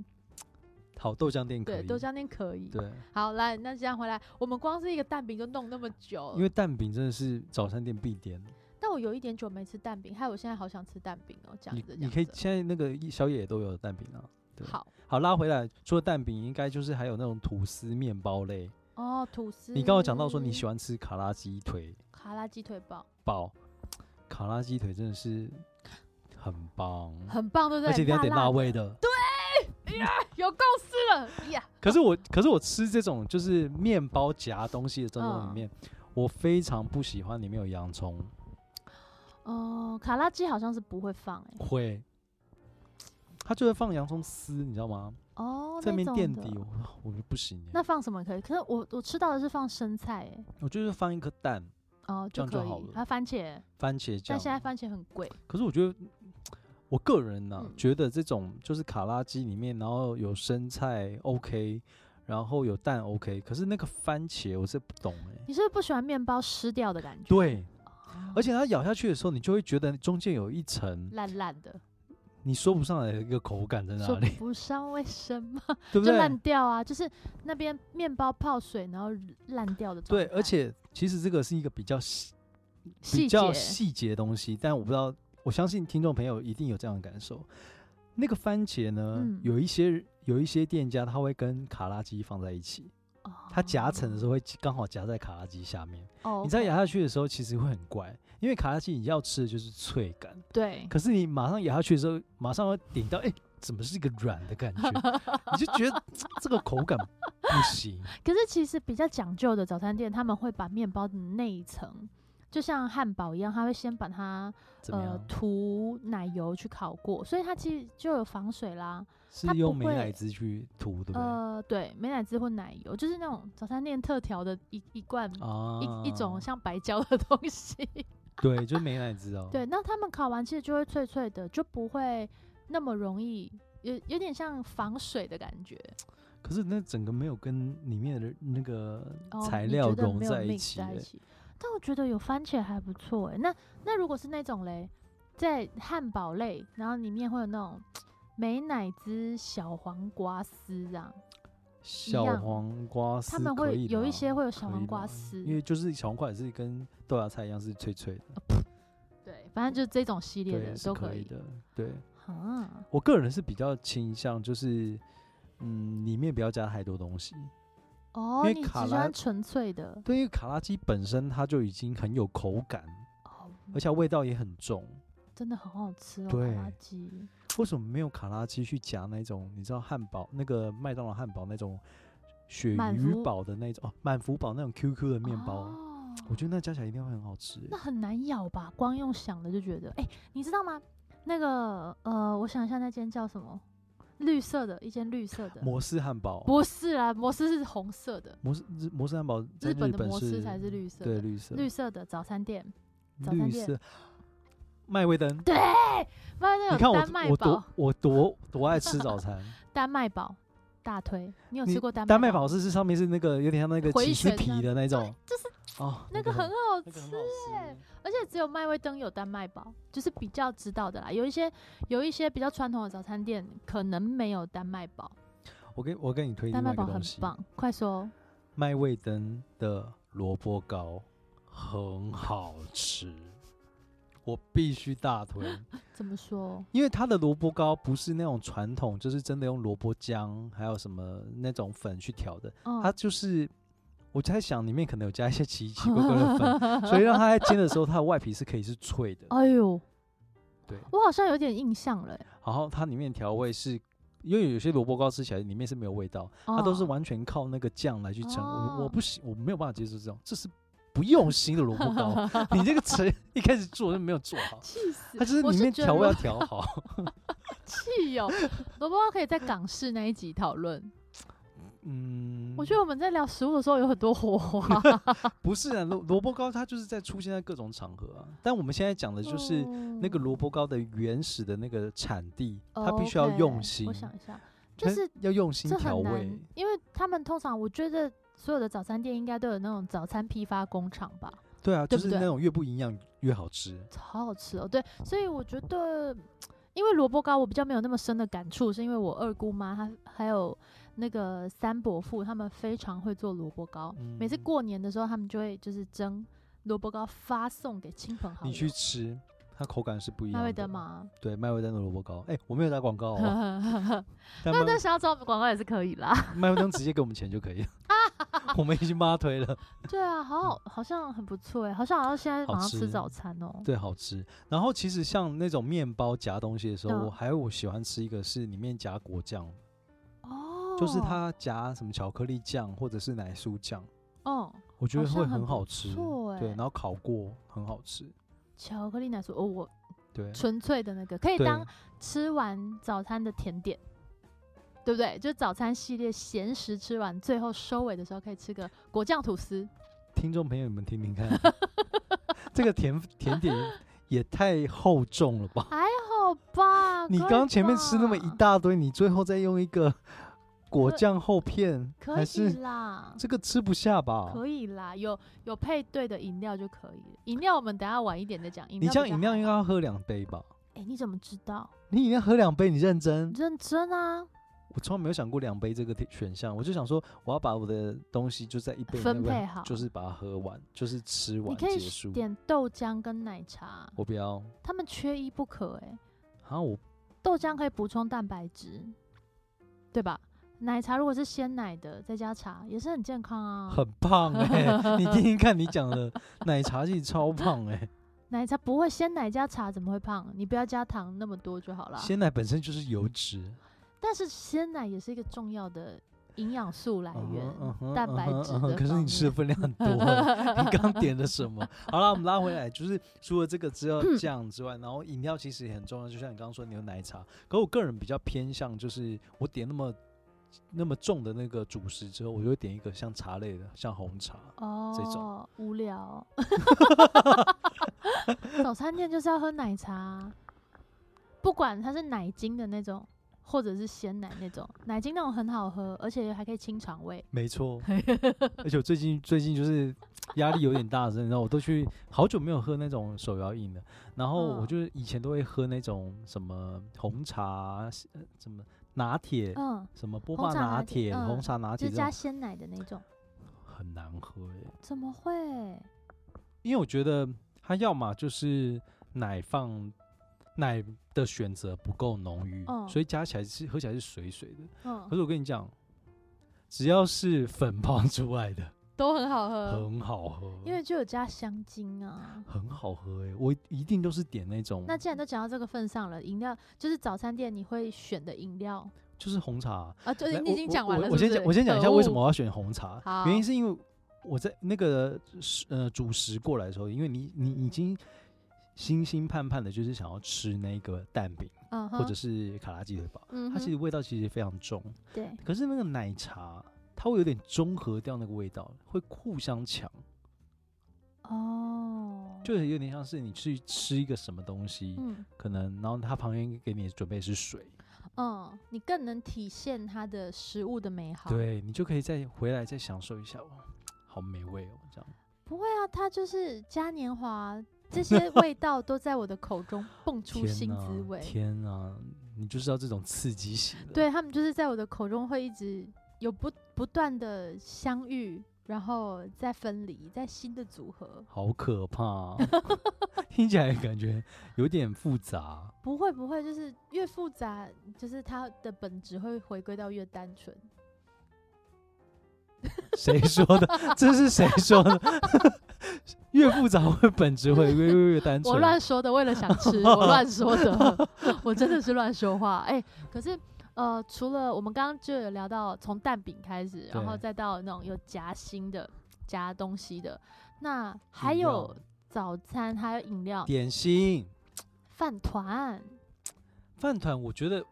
Speaker 1: 好，豆浆店可
Speaker 2: 对，
Speaker 1: 以。
Speaker 2: 豆浆店可以。
Speaker 1: 对，
Speaker 2: 好，来，那这样回来，我们光是一个蛋饼就弄那么久了，
Speaker 1: 因为蛋饼真的是早餐店必点。
Speaker 2: 但我有一点久没吃蛋饼，害我现在好想吃蛋饼哦。这样
Speaker 1: 你
Speaker 2: 子，这
Speaker 1: 你
Speaker 2: 样
Speaker 1: 可以
Speaker 2: 子
Speaker 1: 现在那个宵夜也都有蛋饼啊。对
Speaker 2: 好
Speaker 1: 好，拉回来，除了蛋饼，应该就是还有那种吐司、面包类。
Speaker 2: 哦，吐司。
Speaker 1: 你刚刚讲到说你喜欢吃卡拉鸡腿
Speaker 2: 卡拉鸡腿堡，
Speaker 1: 包，卡拉鸡腿真的是很棒，
Speaker 2: 很棒，对不对？
Speaker 1: 而且你要点
Speaker 2: 辣
Speaker 1: 辣味的。
Speaker 2: 的，有共识了呀。
Speaker 1: 可是我，可是我吃这种就是面包夹东西的这种
Speaker 2: 嗯
Speaker 1: 里面，我非常不喜欢里面有洋葱，
Speaker 2: 哦，卡拉鸡好像是不会放哎、
Speaker 1: 会，它就会放洋葱丝，你知道吗？
Speaker 2: 哦，
Speaker 1: 在那边
Speaker 2: 种
Speaker 1: 垫
Speaker 2: 的
Speaker 1: 底，我我就不行耶。欸
Speaker 2: 那放什么可以？可是我我吃到的是放生菜哎、
Speaker 1: 我就是放一颗蛋，
Speaker 2: 哦
Speaker 1: 这样就
Speaker 2: 可以
Speaker 1: 好了，
Speaker 2: 还有番茄，
Speaker 1: 番茄酱
Speaker 2: 但。现在番茄很贵。
Speaker 1: 可是我觉得，我个人呢、
Speaker 2: 嗯
Speaker 1: 觉得这种就是卡拉鸡里面，然后有生菜 OK，然后有蛋 OK，可是那个番茄我是不懂哎、
Speaker 2: 你是不是不喜欢面包湿掉的感觉？
Speaker 1: 对，
Speaker 2: 哦，
Speaker 1: 而且它咬下去的时候，你就会觉得中间有一层
Speaker 2: 烂烂的，
Speaker 1: 你说不上来的一个口感在
Speaker 2: 嗯说
Speaker 1: 哪里，
Speaker 2: 不上为什么，
Speaker 1: 对不
Speaker 2: 就烂
Speaker 1: 对？
Speaker 2: 掉啊！就是那边面包泡水，然后烂掉的状
Speaker 1: 对
Speaker 2: 态。，
Speaker 1: 而且其实这个是一个比较细、
Speaker 2: 细
Speaker 1: 比
Speaker 2: 节
Speaker 1: 较细节的东西，但我不知道，我相信听众朋友一定有这样的感受。那个番茄呢，
Speaker 2: 嗯
Speaker 1: 有一些有一些店家他会跟卡拉鸡放在一起，
Speaker 2: 哦
Speaker 1: 它夹层的时
Speaker 2: 候，
Speaker 1: 候会刚好夹在卡拉鸡下面。
Speaker 2: 哦
Speaker 1: 你在
Speaker 2: OK
Speaker 1: 咬下去的时候，其实会很怪，因为卡拉鸡你要吃的就是脆感，
Speaker 2: 对，
Speaker 1: 可是你马上咬下去的时候，马上要顶到，哎、怎么是一个软的感 觉？你就觉得这个口感不行。
Speaker 2: 可是其实比较讲究的早餐店，他们会把面包的内层，就像汉堡一样，他会先把它
Speaker 1: 怎么样？
Speaker 2: 呃涂奶油去烤过，所以它其实就有防水啦。
Speaker 1: 是
Speaker 2: 它不
Speaker 1: 用美
Speaker 2: 会
Speaker 1: 乃滋去涂，对不对？
Speaker 2: 呃，对，美乃滋或奶油，就是那种早餐店特调的一一罐、
Speaker 1: 啊，
Speaker 2: 呃一一种像白胶的东西。
Speaker 1: 对，就是美乃滋哦。
Speaker 2: 对，那他们烤完其实就会脆脆的，就不会那么容易。有有点像防水的感觉，
Speaker 1: 可是那整个没有跟里面的那个
Speaker 2: 哦
Speaker 1: 材
Speaker 2: 你
Speaker 1: 料
Speaker 2: 觉得
Speaker 1: 融
Speaker 2: 没有
Speaker 1: 在一
Speaker 2: mix
Speaker 1: 起
Speaker 2: 在
Speaker 1: 耶
Speaker 2: 一起。但我觉得有番茄还不错哎。那那如果是那种嘞，在汉堡类，然后里面会有那种美乃滋小黄瓜丝这样，
Speaker 1: 小
Speaker 2: 样
Speaker 1: 黄瓜丝
Speaker 2: 他们
Speaker 1: 可
Speaker 2: 会
Speaker 1: 以
Speaker 2: 有一
Speaker 1: 啦
Speaker 2: 些会有小
Speaker 1: 可
Speaker 2: 黄
Speaker 1: 以
Speaker 2: 瓜
Speaker 1: 啦
Speaker 2: 丝，
Speaker 1: 因为就是小黄瓜也是跟豆芽菜一样是脆脆的，
Speaker 2: 对，反正就是这种系列
Speaker 1: 对，
Speaker 2: 的
Speaker 1: 是
Speaker 2: 都
Speaker 1: 可
Speaker 2: 以。
Speaker 1: 的。对
Speaker 2: 啊，
Speaker 1: 我个人是比较倾向就是。嗯，里面不要加太多东西。
Speaker 2: 哦，
Speaker 1: 因为
Speaker 2: 你只喜
Speaker 1: 卡拉
Speaker 2: 欢纯粹的
Speaker 1: 对，因为卡拉鸡本身它就已经很有口感，
Speaker 2: 哦，
Speaker 1: 而且它味道也很重。
Speaker 2: 真的很好吃哦，卡
Speaker 1: 对
Speaker 2: 拉鸡。
Speaker 1: 为什么没有卡拉鸡去夹那种？你知道汉堡那个麦当劳汉堡那种鳕
Speaker 2: 满
Speaker 1: 鱼
Speaker 2: 福
Speaker 1: 堡的那种哦，满福堡那种 QQ 的面包，啊
Speaker 2: 哦
Speaker 1: 我觉得那加起来一定会很好吃欸。
Speaker 2: 那很难咬吧？光用想的就觉得，哎、你知道吗？那个呃，我想一下，那间叫什么？绿色的，一间绿色的，
Speaker 1: 摩斯汉堡，
Speaker 2: 不是啦，摩斯是红色的，
Speaker 1: 摩斯日摩斯汉堡在
Speaker 2: 日本的
Speaker 1: 本
Speaker 2: 摩斯
Speaker 1: 是
Speaker 2: 才是绿色
Speaker 1: 对
Speaker 2: 的，
Speaker 1: 绿色
Speaker 2: 绿色的早餐店，早餐
Speaker 1: 绿
Speaker 2: 店
Speaker 1: 色麦味登。
Speaker 2: 对，麦那
Speaker 1: 你
Speaker 2: 有
Speaker 1: 看
Speaker 2: 丹麦
Speaker 1: 我我
Speaker 2: 堡
Speaker 1: 多，我多多爱吃早餐。
Speaker 2: 丹麦堡大推，你有
Speaker 1: 你
Speaker 2: 吃过 丹
Speaker 1: 丹
Speaker 2: 麦
Speaker 1: 麦堡是是上面是那个有点像那个
Speaker 2: 回
Speaker 1: 起司
Speaker 2: 旋
Speaker 1: 皮
Speaker 2: 的
Speaker 1: 的那种
Speaker 2: 就是
Speaker 1: 哦，
Speaker 2: 那个很好
Speaker 1: 那
Speaker 2: 吃
Speaker 1: 个很好
Speaker 2: 欸
Speaker 1: 吃。
Speaker 2: 而且只有麦味登有丹麦堡，就是比较知道的啦。有一些有一些比较传统的早餐店可能没有丹麦堡，
Speaker 1: 我给我给你推
Speaker 2: 丹
Speaker 1: 另外
Speaker 2: 麦
Speaker 1: 一个
Speaker 2: 堡很
Speaker 1: 东西，
Speaker 2: 棒，快说。
Speaker 1: 麦味登的萝卜糕很好吃，我必须大 推，
Speaker 2: 怎么说？
Speaker 1: 因为它的萝卜糕不是那种传统，就是真的用萝卜浆还有什么那种粉去调的，
Speaker 2: 嗯
Speaker 1: 它就是我在想里面可能有加一些奇奇怪怪的粉，所以让它在煎的时候，它的外皮是可以是脆的，
Speaker 2: 哎呦，
Speaker 1: 对，
Speaker 2: 我好像有点印象了欸、
Speaker 1: 然后它里面调味是。因为有些萝卜糕吃起来里面是没有味道，
Speaker 2: 它
Speaker 1: 它都是完全靠那个酱来去撑。我
Speaker 2: 哦，
Speaker 1: 我不行，我没有办法接受这种，这是不用心的萝卜糕。你这个词一开始做就没有做好
Speaker 2: 气死
Speaker 1: 它就是
Speaker 2: 我
Speaker 1: 里面
Speaker 2: 觉得
Speaker 1: 调 味要
Speaker 2: 萝
Speaker 1: 调好。
Speaker 2: 气哦。萝卜糕可以在港式那一集讨论，
Speaker 1: 嗯，
Speaker 2: 我觉得我们在聊食物的时候有很多火 花，
Speaker 1: 不是啊，萝萝卜糕它就是在出现在各种场合啊。但我们现在讲的就是那个
Speaker 2: 哦
Speaker 1: 萝卜糕的原始的那个产地，它必须要
Speaker 2: OK，
Speaker 1: 用心
Speaker 2: 我，想一下，就
Speaker 1: 它
Speaker 2: 是
Speaker 1: 要用心
Speaker 2: 这
Speaker 1: 调
Speaker 2: 很
Speaker 1: 味
Speaker 2: 难。，因为他们通常我觉得所有的早餐店应该都有那种早餐批发工厂吧，
Speaker 1: 对啊，
Speaker 2: 对
Speaker 1: 就
Speaker 2: 不
Speaker 1: 是
Speaker 2: 对
Speaker 1: 那种越不营养越好吃。
Speaker 2: 好好吃哦。对，所以我觉得，因为萝卜糕我比较没有那么深的感触，是因为我二姑妈她还有那个三伯父他们非常会做萝卜糕，每次
Speaker 1: 嗯
Speaker 2: 过年的时候他们就会就是蒸萝卜糕发送给亲朋好友。
Speaker 1: 你去吃，它口感是不一
Speaker 2: 哦麦
Speaker 1: 样的。
Speaker 2: 味登？吗？
Speaker 1: 对，麦味登的萝卜糕。哎、我没有打广 告哦，但
Speaker 2: 那
Speaker 1: 麦
Speaker 2: 那想要找我们广告也是可以啦。
Speaker 1: 麦味登直接给我们钱就可以了。 我们已经帮他推了，
Speaker 2: 对啊，好好，好像很不错哎，好像好像现在
Speaker 1: 好
Speaker 2: 马上吃
Speaker 1: 吃
Speaker 2: 早餐哦。
Speaker 1: 对，好吃。然后其实像那种面包夹东西的时候，
Speaker 2: 嗯
Speaker 1: 我还有我喜欢吃一个是里面夹果酱，
Speaker 2: 哦，
Speaker 1: 就是，它夹什么巧克力酱或者是奶酥酱，
Speaker 2: 哦，
Speaker 1: 我觉得
Speaker 2: 好像
Speaker 1: 会
Speaker 2: 很
Speaker 1: 很
Speaker 2: 不
Speaker 1: 好吃。
Speaker 2: 错欸
Speaker 1: 对，然后烤过很好吃。
Speaker 2: 巧克力奶酥哦，我
Speaker 1: 对，
Speaker 2: 纯粹的那个可以
Speaker 1: 对
Speaker 2: 当吃完早餐的甜点，对不对？就早餐系列咸食吃完，最后收尾的时候可以吃个果酱吐司。
Speaker 1: 听众朋友们听听看， 这个甜甜点也太厚重了吧？
Speaker 2: 还好吧？
Speaker 1: 你
Speaker 2: 可以
Speaker 1: 刚前面吃那么一
Speaker 2: 吧，
Speaker 1: 大堆，你最后再用一个果
Speaker 2: 可
Speaker 1: 酱厚片，
Speaker 2: 可
Speaker 1: 还
Speaker 2: 以
Speaker 1: 是
Speaker 2: 啦。
Speaker 1: 这个吃不下吧？
Speaker 2: 可以啦，有有配对的饮料就可以了。饮料我们等下晚一点再讲。饮
Speaker 1: 你
Speaker 2: 料
Speaker 1: 这样
Speaker 2: 比较
Speaker 1: 饮料
Speaker 2: 还
Speaker 1: 应该
Speaker 2: 好……
Speaker 1: 要喝两杯吧？
Speaker 2: 哎、你怎么知道？
Speaker 1: 你饮料喝两杯，你认真？
Speaker 2: 认真啊，
Speaker 1: 我从来没有想过两杯这个选项，我就想说我要把我的东西就在一杯里面
Speaker 2: 分配好
Speaker 1: 就是把它喝完，就是吃
Speaker 2: 你
Speaker 1: 完
Speaker 2: 可以
Speaker 1: 结束。
Speaker 2: 点豆浆跟奶茶，
Speaker 1: 我不要，
Speaker 2: 他们缺一不可哎、
Speaker 1: 啊，我
Speaker 2: 豆浆可以补充蛋白质，对吧？奶茶如果是鲜奶的，再加茶也是很健康啊。
Speaker 1: 很 胖哎、你听听看，你讲的奶茶其实超胖哎、
Speaker 2: 奶茶不会鲜奶加茶怎么会胖？你不要加糖那么多就好了。
Speaker 1: 鲜奶本身就是油脂，
Speaker 2: 但是鲜奶也是一个重要的营养素来
Speaker 1: 嗯
Speaker 2: 源
Speaker 1: 哼嗯，哼
Speaker 2: 蛋
Speaker 1: 嗯
Speaker 2: 白
Speaker 1: 哼
Speaker 2: 质
Speaker 1: 嗯哼
Speaker 2: 的。
Speaker 1: 可是你吃的，分量很多欸， 你刚点了什么？好啦，我们拉回来，就是除了这个只
Speaker 2: 嗯
Speaker 1: 有酱之外，然后饮料其实也很重要，就像你刚刚说牛奶茶。可我个人比较偏向，就是我点那么那么重的那个主食之后，我就会点一个像茶类的，像红茶。这种
Speaker 2: 哦，无 聊。早餐店就是要喝奶茶，啊不管它是奶精的那种，或者是鲜奶那种，奶精那种很好喝，而且还可以清肠胃。
Speaker 1: 没 错，而且我最近最近就是压力有点大，你知道，我都去好久没有喝那种手摇饮了。然后我
Speaker 2: 嗯
Speaker 1: 就是以前都会喝那种什么红茶、呃什么拿铁、
Speaker 2: 嗯，
Speaker 1: 什么波
Speaker 2: 红
Speaker 1: 霸
Speaker 2: 茶拿
Speaker 1: 拿
Speaker 2: 铁
Speaker 1: 铁、红
Speaker 2: 嗯
Speaker 1: 茶拿
Speaker 2: 就
Speaker 1: 铁
Speaker 2: 是
Speaker 1: 这
Speaker 2: 加
Speaker 1: 种
Speaker 2: 鲜奶的那种，
Speaker 1: 很难喝耶，
Speaker 2: 怎么会？
Speaker 1: 因为我觉得它要么就是奶放奶的选择不够浓郁，
Speaker 2: 嗯
Speaker 1: 所以加起来是喝起来是水水的。
Speaker 2: 嗯
Speaker 1: 可，是我跟你讲，只要是粉泡 出来的，
Speaker 2: 都很好喝，
Speaker 1: 很好喝，
Speaker 2: 嗯因为就有加香精啊。
Speaker 1: 很好喝哎、我一定都是点那种，
Speaker 2: 那既然都讲到这个份上了，饮料就是早餐店你会选的饮料
Speaker 1: 就是红茶。
Speaker 2: 啊，对，
Speaker 1: 来
Speaker 2: 你已经讲完了
Speaker 1: 我我我先
Speaker 2: 是不
Speaker 1: 讲，
Speaker 2: 是
Speaker 1: 我先讲一下为什么。
Speaker 2: 可恶
Speaker 1: 我要选红茶
Speaker 2: 好。
Speaker 1: 原因是因为我在那个食呃主食过来的时候，因为你你已经心心盼盼的，就是想要吃那个蛋饼
Speaker 2: 嗯哼，
Speaker 1: 或者是卡拉鸡腿堡，
Speaker 2: 嗯
Speaker 1: 它其
Speaker 2: 哼，
Speaker 1: 实味道其实非常重，
Speaker 2: 对，
Speaker 1: 可是那个奶茶它会有点中和掉那个味道，会互相抢，
Speaker 2: 哦，
Speaker 1: 就是有点像是你去吃一个什么东西，
Speaker 2: 嗯
Speaker 1: 可能然后它旁边给你准备是水。
Speaker 2: 嗯，你更能体现它的食物的美好。，
Speaker 1: 对你就可以再回来再享受一下，哇，好美味哦，这样。
Speaker 2: 不会啊，它就是嘉年华。这些味道都在我的口中 蹦出新滋味。
Speaker 1: 天啊，你就是要这种刺激型的。，
Speaker 2: 对他们就是在我的口中会一直有不不断的相遇，然后再分离，再新的组合。
Speaker 1: 好可怕、啊， 听起来感觉有点复杂。
Speaker 2: 不会不会，就是越复杂，就是它的本质会回归到越单纯。
Speaker 1: 谁说的？这是谁说的？ 越复杂会本质会越越越单纯。
Speaker 2: 我乱说的，为了想吃，我乱说 的，我真的是乱说话。哎、可是呃，除了我们刚刚就有聊到从蛋饼开始，然后
Speaker 1: 对
Speaker 2: 再到那种有夹心的、夹东西的，那还
Speaker 1: 饮料
Speaker 2: 有早餐，还有饮料、
Speaker 1: 点心
Speaker 2: 饭团。
Speaker 1: 饭团，我觉得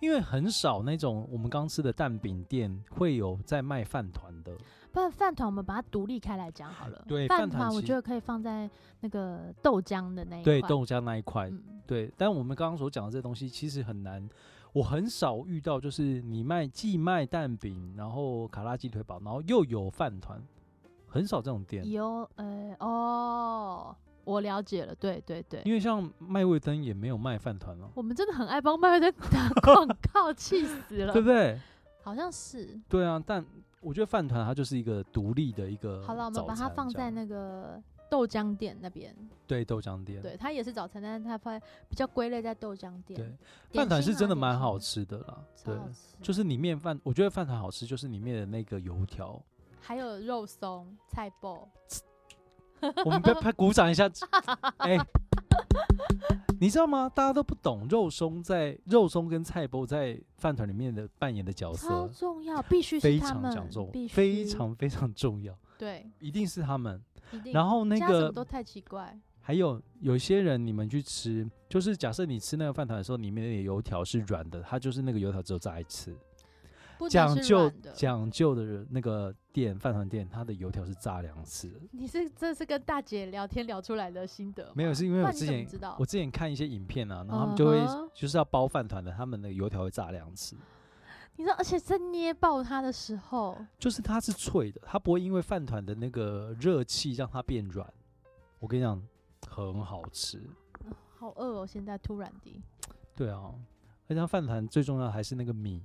Speaker 1: 因为很少那种我们刚吃的蛋饼店会有在卖饭团的。
Speaker 2: 不然饭团我们把它独立开来讲好了。
Speaker 1: 对
Speaker 2: 饭
Speaker 1: 饭团
Speaker 2: 团我
Speaker 1: 其
Speaker 2: 觉得可以放在那个豆浆的那一
Speaker 1: 对
Speaker 2: 块
Speaker 1: 豆浆那一块，
Speaker 2: 嗯，
Speaker 1: 对，但我们刚刚所讲的这东西其实很难，我很少遇到，就是你卖既卖蛋饼，然后卡拉鸡腿堡，然后又有饭团，很少这种店。
Speaker 2: 有呃哦，我了解了，对对对，
Speaker 1: 因为像麦味登也没有卖饭团了，
Speaker 2: 我们真的很爱帮麦味登打广告，气死 了
Speaker 1: 对，不对？
Speaker 2: 好像是。
Speaker 1: 对啊，但我觉得饭团它就是一个独立的一个
Speaker 2: 好了，我们把它
Speaker 1: 呃早餐
Speaker 2: 放
Speaker 1: 这样
Speaker 2: 在那个豆浆店那边，
Speaker 1: 对豆浆店，
Speaker 2: 对，它也是早餐，但是它放在比较归类在豆浆
Speaker 1: 对
Speaker 2: 店。点
Speaker 1: 饭团
Speaker 2: 心
Speaker 1: 是
Speaker 2: 啊
Speaker 1: 真的
Speaker 2: 点
Speaker 1: 蛮
Speaker 2: 心
Speaker 1: 好吃的啦，
Speaker 2: 超
Speaker 1: 对，
Speaker 2: 好吃
Speaker 1: 就是里面饭，我觉得饭团好吃，就是里面的那个油条。
Speaker 2: 还有肉松、菜包，
Speaker 1: 我们不要拍鼓掌一下， 哎、你知道吗？大家都不懂肉松在肉松跟菜包在饭团里面的扮演的角色，
Speaker 2: 超重要，必须
Speaker 1: 非
Speaker 2: 是他
Speaker 1: 常
Speaker 2: 们
Speaker 1: 讲重
Speaker 2: 必，须
Speaker 1: 非常非常重要，
Speaker 2: 对，
Speaker 1: 一定是他们。
Speaker 2: 一定。
Speaker 1: 然后那
Speaker 2: 加什么
Speaker 1: 个
Speaker 2: 都太奇怪，
Speaker 1: 还有有些人，你们去吃，就是假设你吃那个饭团的时候，里面的油条是软的，它就是那个油条只有炸一次。
Speaker 2: 不
Speaker 1: 讲
Speaker 2: 能是
Speaker 1: 究
Speaker 2: 软的。
Speaker 1: 讲究的人那个店饭团店，它的油条是炸两次的。
Speaker 2: 你是这是跟大姐聊天聊出来的心得吗？
Speaker 1: 没有，是因为我
Speaker 2: 不然你
Speaker 1: 之
Speaker 2: 怎么
Speaker 1: 前
Speaker 2: 知道
Speaker 1: 我之前看一些影片啊，然后他们就会、
Speaker 2: 嗯哼
Speaker 1: 就是要包饭团的，他们的油条会炸两次，
Speaker 2: 你知道，而且在捏爆它的时候，
Speaker 1: 就是它是脆的，它不会因为饭团的那个热气让它变软。我跟你讲，很好吃。
Speaker 2: 好饿哦！现在突然的，
Speaker 1: 对啊，而且它饭团最重要的还是那个米，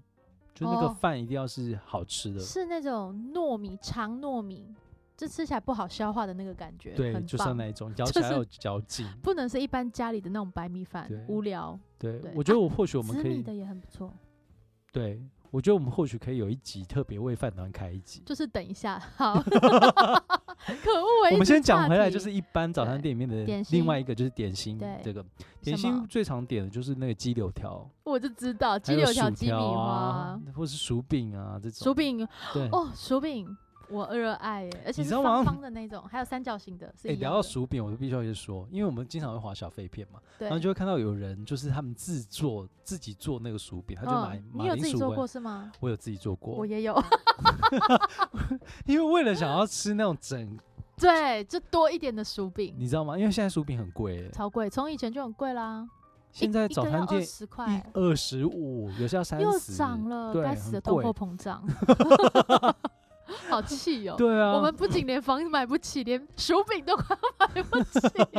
Speaker 1: 就那个
Speaker 2: 哦
Speaker 1: 饭一定要是好吃的。
Speaker 2: 是那种糯米长糯米，这吃起来不好消化的那个感觉，
Speaker 1: 对，
Speaker 2: 很
Speaker 1: 就是要
Speaker 2: 棒
Speaker 1: 那一种，咬
Speaker 2: 就
Speaker 1: 起来
Speaker 2: 是
Speaker 1: 有嚼劲。
Speaker 2: 不能是一般家里的那种白米饭
Speaker 1: 对，
Speaker 2: 无聊。
Speaker 1: 对
Speaker 2: 对，
Speaker 1: 我觉
Speaker 2: 啊
Speaker 1: 得我或许我们
Speaker 2: 紫
Speaker 1: 可
Speaker 2: 米
Speaker 1: 以
Speaker 2: 的也很不 错，
Speaker 1: 对，我觉得我们或许可以有一集特别为饭团开一集。
Speaker 2: 就是等一下， 好，可恶！一
Speaker 1: 我们
Speaker 2: 直
Speaker 1: 先讲
Speaker 2: 岔
Speaker 1: 回来，
Speaker 2: 题
Speaker 1: 就是一般早餐
Speaker 2: 对
Speaker 1: 店里面的
Speaker 2: 点
Speaker 1: 另外
Speaker 2: 心
Speaker 1: 一个就是点心
Speaker 2: 对，
Speaker 1: 这个点
Speaker 2: 什么
Speaker 1: 心最常点的就是那个鸡柳条、
Speaker 2: 我就知道
Speaker 1: 还
Speaker 2: 鸡
Speaker 1: 有
Speaker 2: 柳条、
Speaker 1: 薯
Speaker 2: 鸡米
Speaker 1: 条
Speaker 2: 花
Speaker 1: 啊、，或是薯饼啊这种。
Speaker 2: 薯饼
Speaker 1: 对，
Speaker 2: 哦，薯饼我热爱耶，而且
Speaker 1: 你知
Speaker 2: 是
Speaker 1: 道吗
Speaker 2: 方方的那种，还有三角形的，是
Speaker 1: 哎，
Speaker 2: 一
Speaker 1: 聊
Speaker 2: 样
Speaker 1: 到
Speaker 2: 的。
Speaker 1: 薯饼，我就必须要先说，因为我们经常会划小废片嘛，
Speaker 2: 对嗯
Speaker 1: 然后，就会看到有人就是他们自做自己做那个薯饼，他就买
Speaker 2: 嗯，你
Speaker 1: 马
Speaker 2: 有自
Speaker 1: 铃
Speaker 2: 己做
Speaker 1: 薯
Speaker 2: 过
Speaker 1: 味。
Speaker 2: 是吗？
Speaker 1: 我有自己做
Speaker 2: 我
Speaker 1: 过，
Speaker 2: 也 有，
Speaker 1: 因为为了想要吃那种整，
Speaker 2: 对，就多一点的薯饼，
Speaker 1: 你知道吗？因为现在薯饼很贵欸，
Speaker 2: 超贵，从以前就很贵啦。
Speaker 1: 现在早餐店
Speaker 2: 十块，
Speaker 1: 二十五，有些要三
Speaker 2: 又
Speaker 1: 十，
Speaker 2: 涨了，
Speaker 1: 对
Speaker 2: 该
Speaker 1: 很
Speaker 2: 死的通
Speaker 1: 贵
Speaker 2: 货 膨胀，好气哦！
Speaker 1: 对啊，
Speaker 2: 我们不仅连房子买不起，连薯饼都快要买不 起。对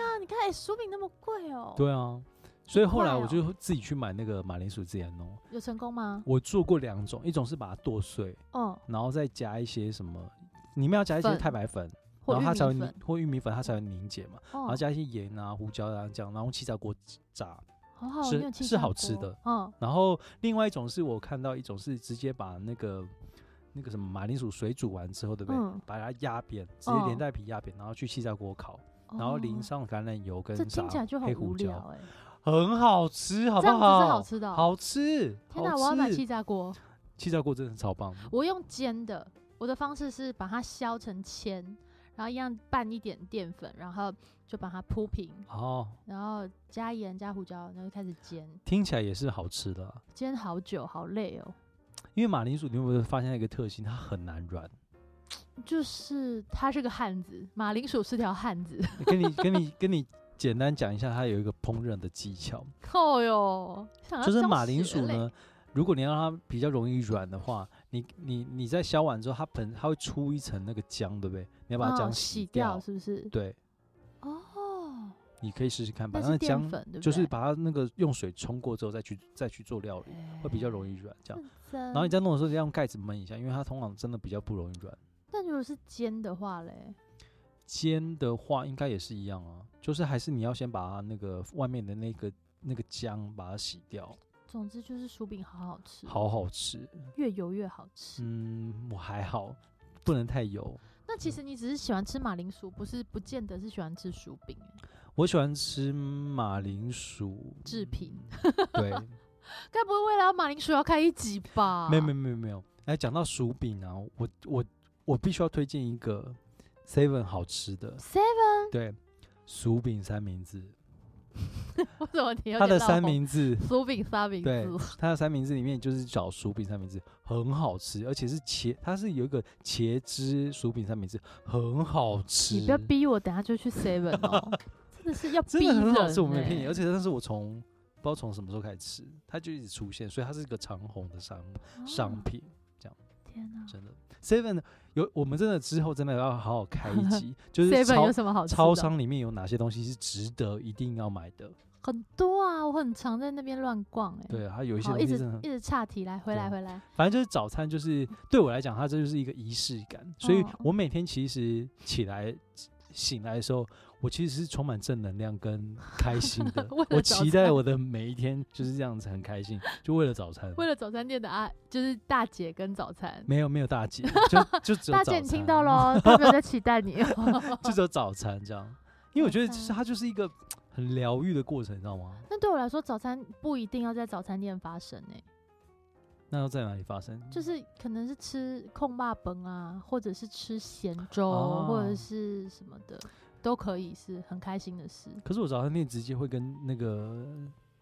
Speaker 2: 啊，你看，哎，薯饼那么贵哦，
Speaker 1: 对啊，所以后来
Speaker 2: 快
Speaker 1: 我
Speaker 2: 哦
Speaker 1: 就自己去买那个马铃薯自己来弄。
Speaker 2: 有成功吗？
Speaker 1: 我做过两种，一种是把它剁碎，
Speaker 2: 嗯，
Speaker 1: 然后再加一些什么，里面要加一些
Speaker 2: 粉
Speaker 1: 太白粉，
Speaker 2: 或
Speaker 1: 然后它才会
Speaker 2: 玉米
Speaker 1: 凝
Speaker 2: 粉，
Speaker 1: 或玉米粉它才会凝结嘛，然
Speaker 2: 哦
Speaker 1: 后，加一些盐啊、胡椒啊这样，然后用气炸锅炸。
Speaker 2: 好好，
Speaker 1: 是
Speaker 2: 你有气
Speaker 1: 是
Speaker 2: 炸
Speaker 1: 好吃
Speaker 2: 锅
Speaker 1: 的，
Speaker 2: 嗯，
Speaker 1: 然后另外一种是我看到一种是直接把那个那个什么马铃薯水煮完之后，对不对？
Speaker 2: 嗯
Speaker 1: 把它压扁，直接连
Speaker 2: 哦
Speaker 1: 带皮压扁，然后去气炸锅烤，然后淋
Speaker 2: 哦。
Speaker 1: 上橄榄油跟
Speaker 2: 这
Speaker 1: 啥
Speaker 2: 听起来就很
Speaker 1: 黑胡
Speaker 2: 无
Speaker 1: 椒
Speaker 2: 聊，哎、
Speaker 1: 很好吃，好
Speaker 2: 这
Speaker 1: 不
Speaker 2: 样子
Speaker 1: 好？
Speaker 2: 是好吃的哦
Speaker 1: 好吃，
Speaker 2: 天哪，
Speaker 1: 好
Speaker 2: 我要买
Speaker 1: 吃
Speaker 2: 气炸锅，
Speaker 1: 气炸锅真的超棒的。
Speaker 2: 我用煎的，我的方式是把它削成签，然后一样拌一点淀粉，然后就把它铺平，
Speaker 1: 哦，
Speaker 2: 然后加盐加胡椒，然后就开始煎，
Speaker 1: 听起来也是好吃的啊、
Speaker 2: 煎好久，好累哦。
Speaker 1: 因为马铃薯，你有没有发现一个特性？它很难软。
Speaker 2: 就是他是个汉子，马铃薯是条汉子。
Speaker 1: 跟你跟你跟你简单讲一下，它有一个烹饪的技巧，
Speaker 2: 哦哟，想要
Speaker 1: 就是
Speaker 2: 中
Speaker 1: 马铃
Speaker 2: 邪
Speaker 1: 薯
Speaker 2: 嘞，
Speaker 1: 呢，如果你让它比较容易软的话，你你你在削完之后，它本它会出一层那个浆，对不对？你要把它
Speaker 2: 哦
Speaker 1: 浆
Speaker 2: 洗
Speaker 1: 掉。
Speaker 2: 是不是？
Speaker 1: 对，
Speaker 2: 哦，
Speaker 1: 你可以试试看，把
Speaker 2: 那
Speaker 1: 那个
Speaker 2: 是淀
Speaker 1: 浆
Speaker 2: 粉对不对？
Speaker 1: 就是把它那个用水冲过之后再去再去做料理，会比较容
Speaker 2: 易。
Speaker 1: 易软。这样，
Speaker 2: 然
Speaker 1: 然后你在弄的时候，再用盖子焖一下，因为它通常真的比较不容易软。
Speaker 2: 但如果是煎的话嘞，
Speaker 1: 煎的话，应该也是一样啊，就是还是你要先把它那个外面的那个那个浆把它洗掉，
Speaker 2: 总之就是薯饼好好吃，
Speaker 1: 好好吃。
Speaker 2: 越油越好吃。
Speaker 1: 嗯，我还好，不能太油。
Speaker 2: 那其实你只是喜欢吃马铃薯，不是不见得是喜欢吃薯饼欸，
Speaker 1: 我喜欢吃马铃薯
Speaker 2: 制品。
Speaker 1: 对，
Speaker 2: 该不会为了马铃薯要开一集吧？
Speaker 1: 没有没有没有没有。哎，讲到薯饼啊，我我我必须要推荐一个 Seven 好吃的，
Speaker 2: ，Seven
Speaker 1: 对，薯饼三明治。
Speaker 2: 为什么你有
Speaker 1: 它
Speaker 2: 点
Speaker 1: 的
Speaker 2: 闹
Speaker 1: 三
Speaker 2: 红
Speaker 1: 明治，
Speaker 2: 酥饼三明
Speaker 1: 对
Speaker 2: 治？
Speaker 1: 它的三明治里面就是找薯饼三明治，很好吃，而且是茄，它是有一个茄汁薯饼三明治，很好吃。
Speaker 2: 你不要逼我，等下就去 Seven 哦，真的是要逼
Speaker 1: 真的很好
Speaker 2: 人
Speaker 1: 吃，我没有骗
Speaker 2: 欸
Speaker 1: 你。而且那是我从不知道从什么时候开始吃，它就一直出现，所以它是一个长红的商商
Speaker 2: 哦
Speaker 1: 品。
Speaker 2: 天哪
Speaker 1: 真的，Seven 有我们真的之后真的要好好 开一集，就是
Speaker 2: ！Seven 有
Speaker 1: 超
Speaker 2: 什么好吃的？嗯
Speaker 1: 超商里面有哪些东西是值得一定要买的？
Speaker 2: 很多啊，我很常在那边乱逛哎、
Speaker 1: 对，啊它有一些
Speaker 2: 好，
Speaker 1: 东
Speaker 2: 一
Speaker 1: 西
Speaker 2: 直
Speaker 1: 真的很
Speaker 2: 一，直岔题来，回来
Speaker 1: 对啊
Speaker 2: 回来，
Speaker 1: 反正就是早餐，就是对我来讲，它这就是一个仪式感。所以
Speaker 2: 哦
Speaker 1: 我每天其实起来醒来的时候，我其实是充满正能量跟开心的
Speaker 2: 为。了
Speaker 1: 我
Speaker 2: 早
Speaker 1: 期待
Speaker 2: 餐
Speaker 1: 我的每一天就是这样子很开心，就为了早餐。
Speaker 2: 为了早餐店的啊，就是大姐跟早餐。
Speaker 1: 没有没有大 姐，就就只有
Speaker 2: 大
Speaker 1: 早餐。
Speaker 2: 姐，你听 到喽？她没有在期待你哦。
Speaker 1: 就只有早餐这样，因为我觉得
Speaker 2: 早
Speaker 1: 其实
Speaker 2: 餐
Speaker 1: 它就是一个很疗愈的过程，你知道吗？
Speaker 2: 那对我来说，早餐不一定要在早餐店发生哎、
Speaker 1: 那要在哪里发生？
Speaker 2: 就是可能是吃控霸本啊，或者是吃咸粥，
Speaker 1: 哦
Speaker 2: 或者是什么的，都可以是很开心的事。
Speaker 1: 可是我早餐店直接会跟那个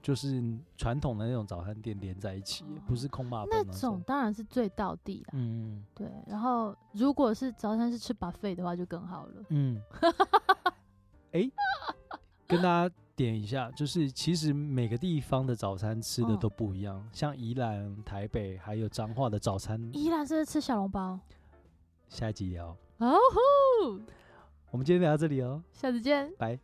Speaker 1: 就是传统的那种早餐店连在一起，不是空霸
Speaker 2: 那
Speaker 1: 本
Speaker 2: 种当然是最到地啦，
Speaker 1: 嗯
Speaker 2: 对。然后如果是早餐是吃 buffet 的话，就更好了。
Speaker 1: 嗯，哎、跟大家点一下，就是其实每个地方的早餐吃的
Speaker 2: 嗯
Speaker 1: 都不一样，像宜兰、台北还有彰化的早餐，
Speaker 2: 依然是吃小笼包。
Speaker 1: 下一集聊。
Speaker 2: 哦吼，
Speaker 1: 我们今天聊到这里哦。
Speaker 2: 下次见，
Speaker 1: 拜。